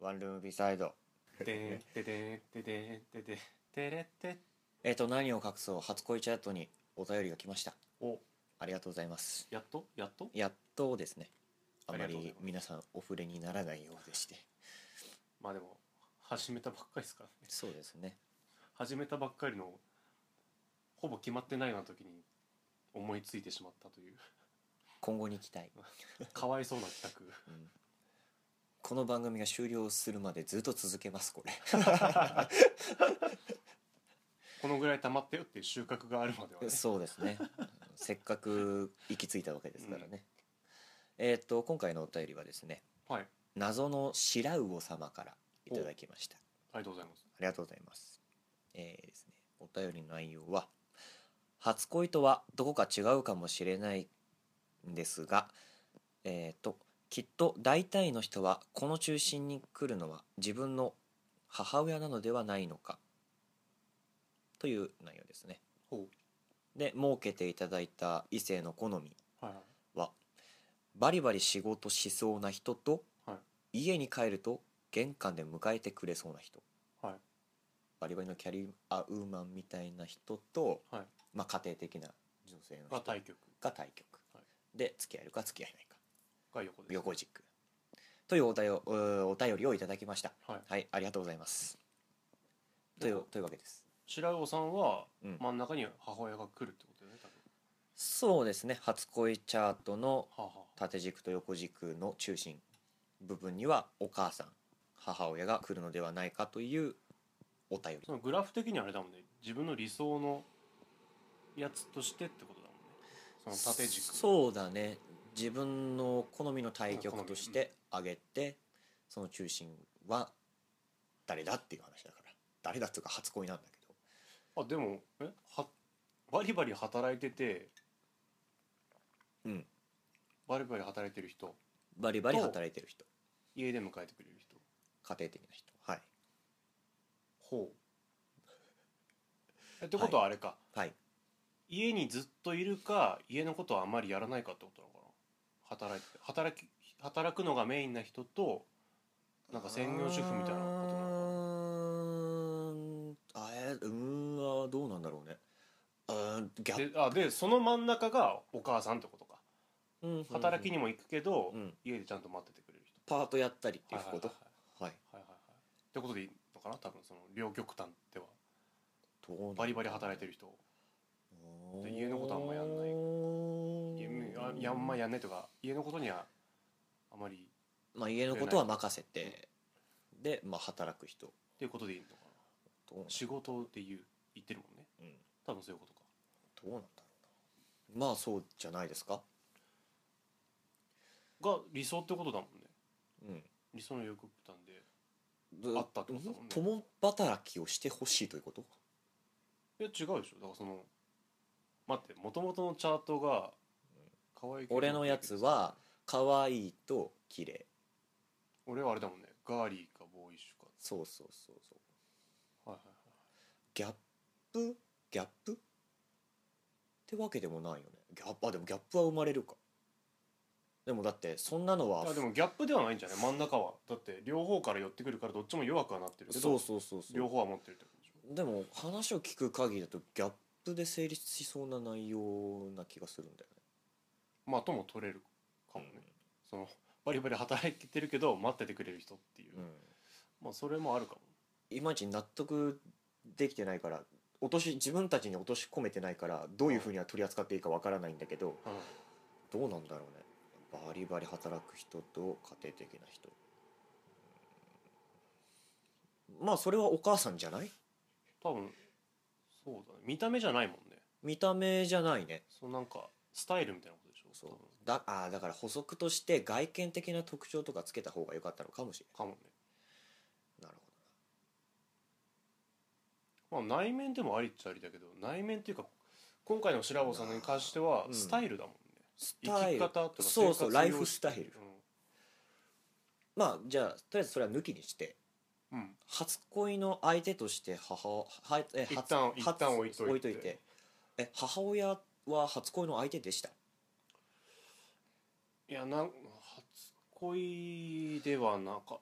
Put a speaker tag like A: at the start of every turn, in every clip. A: ワンルームビサイド
B: ででででででででれって
A: えっ、と何を隠そう初恋チャットにお便りが来ました
B: お
A: ありがとうございます
B: やっとやっと
A: やっとですねあんま
B: ありがとうござい
A: り
B: ます
A: 皆さんお触れにならないようでして
B: まあでも始めたばっかりですからね
A: そうですね
B: 始めたばっかりのほぼ決まってないような時に思いついてしまったという
A: 今後に期待、
B: かわいそうな企
A: うんこの番組が終了するまでずっと続けますこれ
B: 画このぐらい溜まったよっていう収穫があるまではね
A: そうですねせっかく行き着いたわけですからね、えっ、と今回のお便りはですね
B: はいあ
A: 謎の白魚様からいただきました
B: りがとうございます
A: ありがとうございます。えーですね、お便りの内容は、初恋とはどこか違うかもしれないんですが、えっ、と、きっと大体の人はこの中心に来るのは自分の母親なのではないのか、という内容ですね。
B: ほ
A: で、設けていただいた異性の好み
B: うはいは
A: は、バリバリ仕事しそうな人と、
B: いはい
A: 家に帰ると玄関で迎えてくれそうな人。
B: はい
A: バリバリのキャリアウーマンみたいな人と、
B: はい
A: まあ、家庭的な女性の
B: が
A: 人
B: 対局
A: が対局、
B: はい
A: で付き合えるか付き合えないか
B: が横です
A: 横軸というお便りをうーお便りをいただきました
B: はい
A: はいありがとうございますというというわけです
B: 白魚さんは
A: うん
B: 真ん中に母親が来るってことだよね多分
A: そうですね初恋チャートの
B: はあはあ
A: 縦軸と横軸の中心部分にはお母さん母親が来るのではないかというお便り
B: そのグラフ的にあれだもんね自分の理想のやつとしてってことだもんねその縦軸
A: そうだね自分の好みの対局とし
B: 好み
A: て上げてその中心は誰だっていう話だから誰だっていうか初恋なんだけど
B: あでもえはバリバリ働いてて
A: うん
B: バリバリ働いてる人
A: バリバリ働いてる人
B: 家で迎えてくれる人
A: 家庭的な人はい
B: ほうえってことはあれか、
A: はい
B: 家にずっといるか家のことはあまりやらないかってことなのかな働いて働き働くのがメインな人となんか専業主婦みたいなことなのかな
A: うーんあえうーんあーどうなんだろうねうーんギャ
B: であでその真ん中がお母さんってことか
A: うん
B: 働きにも行くけど、
A: うん
B: 家でちゃんと待っててくれる人
A: パートやったりっていう
B: はいはい
A: こ
B: はい
A: とは
B: はい
A: い
B: はいはいはいってことでいいのかな多分その両極端では
A: どうなんだろう
B: バリバリ働いてる人
A: うーん
B: 家のことあんまやんないいやあやんまやんねとか家のことにはあまり
A: まあ、家のことは任せてで、まあ、働く人
B: っていうことでいいのかな
A: どうなん
B: 仕事っていう言ってるもんね
A: うん
B: 多分そういうことか
A: どうなんだろうなまあそうじゃないですか、
B: が理想ってことだもんね
A: うん、
B: 理想の両極端で
A: ず
B: あったってことだもんね
A: 共働きをしてほしいということ
B: いや違うでしょだからその待ってもともとのチャートが可愛いけど
A: 俺のやつは可愛いと綺麗
B: 俺はあれだもんねガーリーかボーイッシュか
A: そうそうそうそう
B: はいはいはい
A: ギャップギャップってわけでもないよねギャップあでもギャップは生まれるかでもだってそんなのは
B: あでもギャップではないんじゃない真ん中はだって両方から寄ってくるからどっちも弱くはなってるけど
A: そうそうそうそう
B: 両方は持ってるってことでしょ
A: でも話を聞く限りだとギャップで成立しそうな内容な気がするんだよね
B: まあとも取れるかもね、
A: うん
B: そのバリバリ働いてるけど待っててくれる人っていう、
A: うん
B: まあそれもあるかも
A: いまいち納得できてないから落とし自分たちに落とし込めてないからどういうふうには取り扱っていいかわからないんだけど
B: うん
A: どうなんだろうねバリバリ働く人と家庭的な人うんまあそれはお母さんじゃない
B: 多分そうだね見た目じゃないもんね
A: 見た目じゃないね
B: そうなんかスタイルみたいなことでしょ
A: そ
B: 多
A: う
B: 分
A: だあーだから補足として外見的な特徴とかつけた方が良かったのかもしれ
B: かもね
A: ないなるほど
B: まあ内面でもありっちゃありだけど内面っていうか今回の白尾さんに関しては
A: うん
B: スタイルだもんね、
A: ス
B: 生き方とか
A: そうそう
B: 生活様式
A: ライフスタイル
B: うん
A: まあじゃあとりあえずそれは抜きにして
B: ううん
A: 初恋の相手として母はえ
B: 一旦
A: 初
B: 一旦置いといて
A: え母親は初恋の相手でした
B: いやなん初恋ではなかっ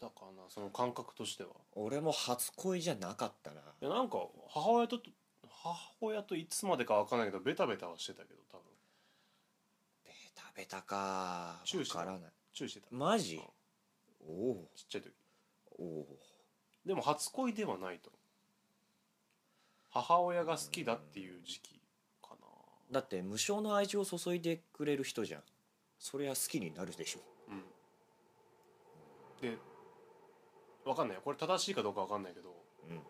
B: たかなその感覚としては
A: 俺も初恋じゃなかったない
B: やなんか母親と母親といつまでかわかんないけどベタベタはしてたけど多分
A: ベタベタか
B: チュー
A: わ
B: した
A: からない
B: 注意してたちっ
A: マジおお
B: ちゃい時
A: おお
B: でも初恋ではないと母親が好きだっていう時期か
A: だ
B: な
A: って無償の愛情を注いでくれる人じゃんそりゃ好きになるでしょ
B: うんでわかんないよこれ正しいかどうかわかんないけど
A: うん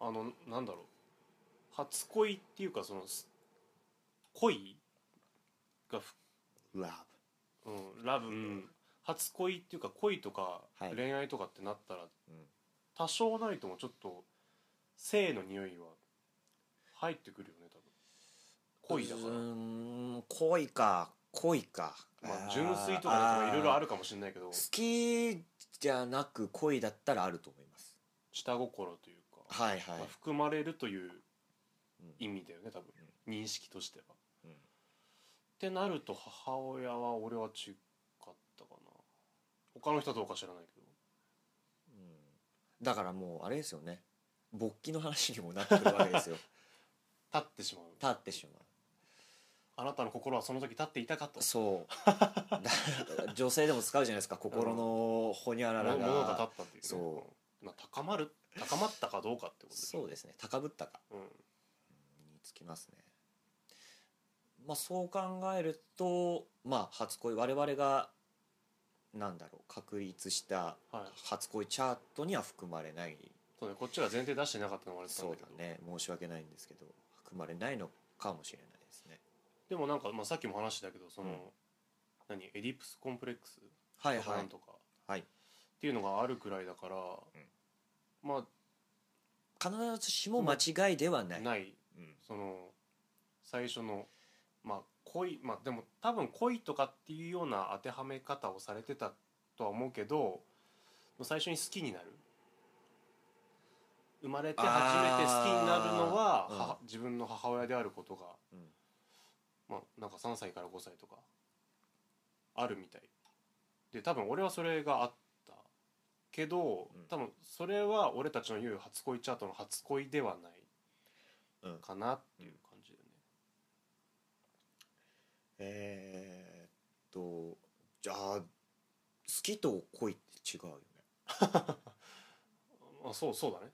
B: あのなんだろう初恋っていうかそのす恋がふ、
A: ラ
B: うん、ラブ、うん、初恋っていうか恋とか
A: はい
B: 恋愛とかってなったら、
A: ブ、うん
B: 多少ないともちょっと性の匂いは入ってくるよね多分恋だか、
A: うーん恋か恋から
B: まあ、純粋とかねいろいろあ
A: る
B: るかもしれないけど
A: 好きじゃなく恋だったらあると思います
B: 下心というか、
A: はいはい
B: まあ、含まれるという
A: うん
B: 意味だよね多分、認識としては。
A: うん
B: ってなると母親は俺は違かったかな他の人はどうか知らないけど
A: うんだからもうあれですよね勃起の話にもなってるわけ ですよ
B: 立ってしまう
A: 立ってしま
B: あなたの心はその時立っていたかと
A: うそうだ女性でも使うじゃないですか心のほにゃら
B: も
A: ら
B: の
A: が
B: が立ったっていうね
A: そ
B: うんまあ高まる高まったかどうかってことでしょ
A: そうですね高ぶったか
B: うん
A: につきますね。まあそう考えるとまあ初恋我々がなんだろう確立した
B: はい
A: 初恋チャートには含まれない
B: そうねこっちは前提出してなかったのもあれだったん
A: そう
B: だけ
A: だ
B: ど
A: ね申し訳ないんですけど含まれないのかもしれないですね。
B: でもなんか、まあ、さっきも話したけどその、
A: うん
B: 何エディプスコンプレックス
A: はい
B: とか
A: は
B: ないんとか、
A: はい
B: っていうのがあるくらいだから、まあ
A: 必ずしも間違いではない。
B: ない
A: うん
B: その最初のまあ恋まあでも多分恋とかっていうような当てはめ方をされてたとは思うけど最初に好きになる生まれて初めて好きになるのは
A: あー
B: は自分の母親であることが、
A: うん
B: まあ、なんか3歳から5歳とかあるみたいで多分俺はそれがあったけど
A: うん
B: 多分それは俺たちの言う初恋チャートの初恋ではないかなっていう感じだよね、
A: えー、っとじゃあ好きと恋って違うよね。
B: あそうそうだね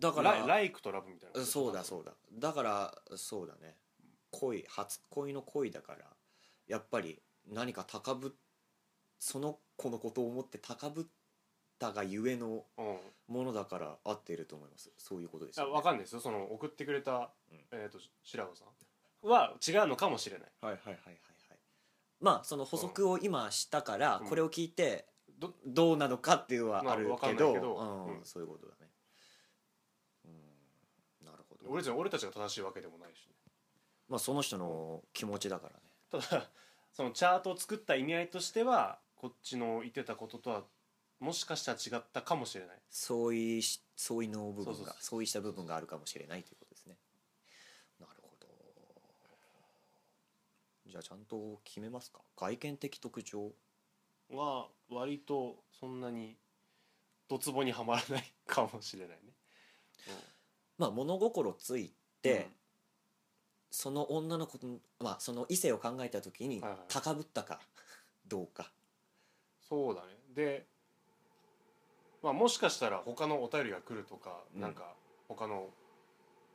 A: だ
B: だ
A: か
B: か
A: らら
B: ライクとラブみたいな
A: そうだ
B: う
A: そうだだからそうだね恋初恋の恋だからやっぱり何か高ぶその子のことを思って高ぶったがゆえの
B: うんい
A: ものだから合っていると思いますそういうことです
B: や
A: よ、ね、
B: わかんないですよその送ってくれた、
A: うん
B: えー、と白尾さんは違うのかもしれない
A: はいはいはいはいはいまあその補足を今したから
B: うん
A: これを聞いて
B: ど
A: どうなのかっていうの
B: ま
A: は
B: あ
A: ある
B: わか
A: け
B: んない
A: ど,、
B: けど
A: うん
B: うん
A: そういうことだねうんなるほど
B: 俺じゃ俺たちが正しいわけでもないし、ね、
A: まあその人の気持ちだからね
B: ただそのチャートを作った意味合いとしてはこっちの言ってたこととはもしかしたら違ったかもしれない
A: 相違し相違の部分が
B: そうそうそう
A: 相違した部分があるかもしれないということですねなるほどじゃあちゃんと決めますか外見的特徴
B: は割とそんなにドツボにはまらないかもしれないね、
A: まあ物心つい
B: うん
A: て、その女の子とまあその異性を考えた時に
B: はいはい
A: 高ぶったか どうか
B: そうだねで、まあ、もしかしたら他のお便りが来るとか、
A: うん
B: なんか他の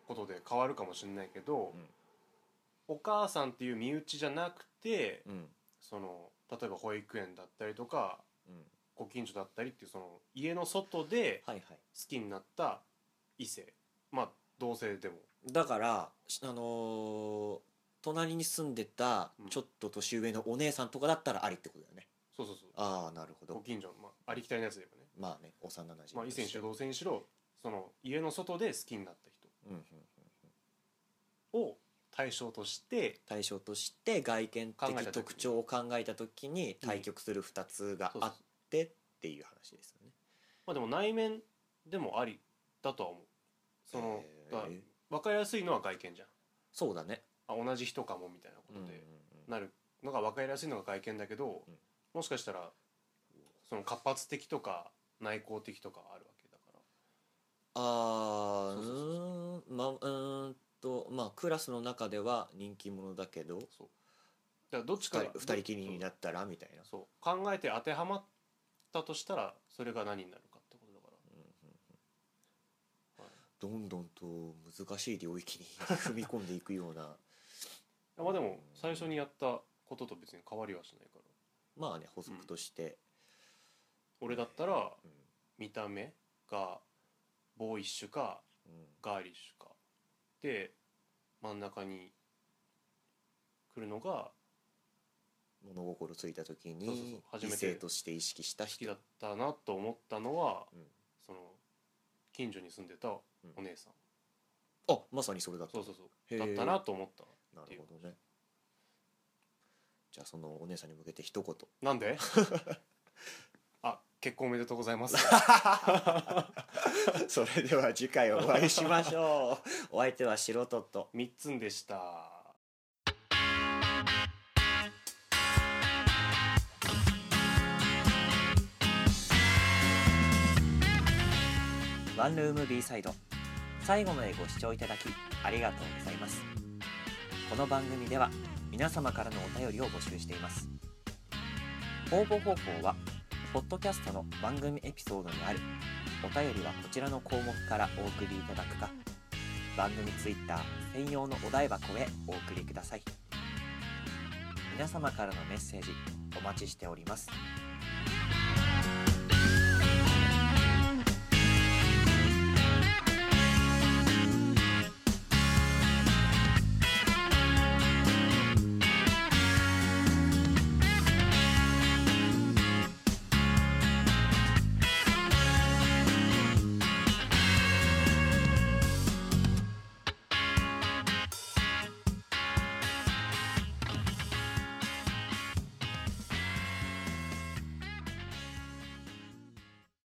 B: ことで変わるかもしれないけど、
A: うん
B: お母さんっていう身内じゃなくて
A: うん
B: その例えば保育園だったりとか
A: うん
B: ご近所だったりっていうその家の外で好
A: はいはい
B: きになった異性まあ同性でも
A: だからしあのー隣に住んでた
B: うん
A: ちょっと年上のお姉さんとかだったらありってことだよね、
B: そうそうそう
A: ああなるほ
B: ご
A: ど
B: 近所の、まあ、ありきたりなやつでもね、
A: まあね幼なじみ
B: まあ、異性にしろ
A: うん
B: 同性にしろその家の外で好きになった
A: うんうん
B: 人を対象として
A: 対象として外見
B: 考
A: 的
B: えた時に
A: 特徴を考えた時に対局する2つが
B: そうそ
A: あ
B: う
A: ってっていう話ですよね。
B: まあでも内面でもありだとは思うその、
A: えー
B: だ分かりやすいのは外見じゃん
A: そうだね、
B: あ同じ人かもみたいなこ
A: うんうん
B: と
A: うん
B: でなるのが分かりやすいのが外見だけど、
A: うん
B: もしかしたらその活発的とか内向的とかあるわけだから
A: あー
B: そう
A: う
B: そうそう
A: ーんまあうーんとまあクラスの中では人気者だけど
B: そうだからどっちか
A: 二
B: が
A: 人二人きりになったらみたいな、
B: そうそう考えて当てはまったとしたらそれが何になるかってことだから
A: うん
B: はい
A: うんうん、どんどんと難しい領域に踏み込んでいくような
B: まあでも最初にやったことと別に変わりはしないから
A: まあね補足として、
B: 俺だったら
A: うん
B: 見た目がボーイッシュか
A: うん
B: ガーリッシュかで真ん中に来るのが
A: 物心ついた時
B: そうそうそ
A: に
B: う初
A: 異
B: めて
A: 性として意識した
B: 好き
A: 人
B: だったなと思ったのは、
A: うん
B: その近所に住んでたお姉さん、
A: あまさにそれだった
B: そうそうそ
A: へ
B: うだ
A: ー
B: ったなと思った
A: なるほどねじゃあそのお姉さんに向けて一言
B: な んであ結婚おめでとうございます
A: それでは次回お会いしましょうお相手は素人と
B: 三つんでした
A: ワンルーム B サイド最後までご視聴いただきありがとうございますこの番組では皆様からのお便りを募集しています応募方法はポッドキャストの番組エピソードにあるお便りはこちらの項目からお送りいただくか番組ツイッター専用のお台箱へお送りください皆様からのメッセージお待ちしております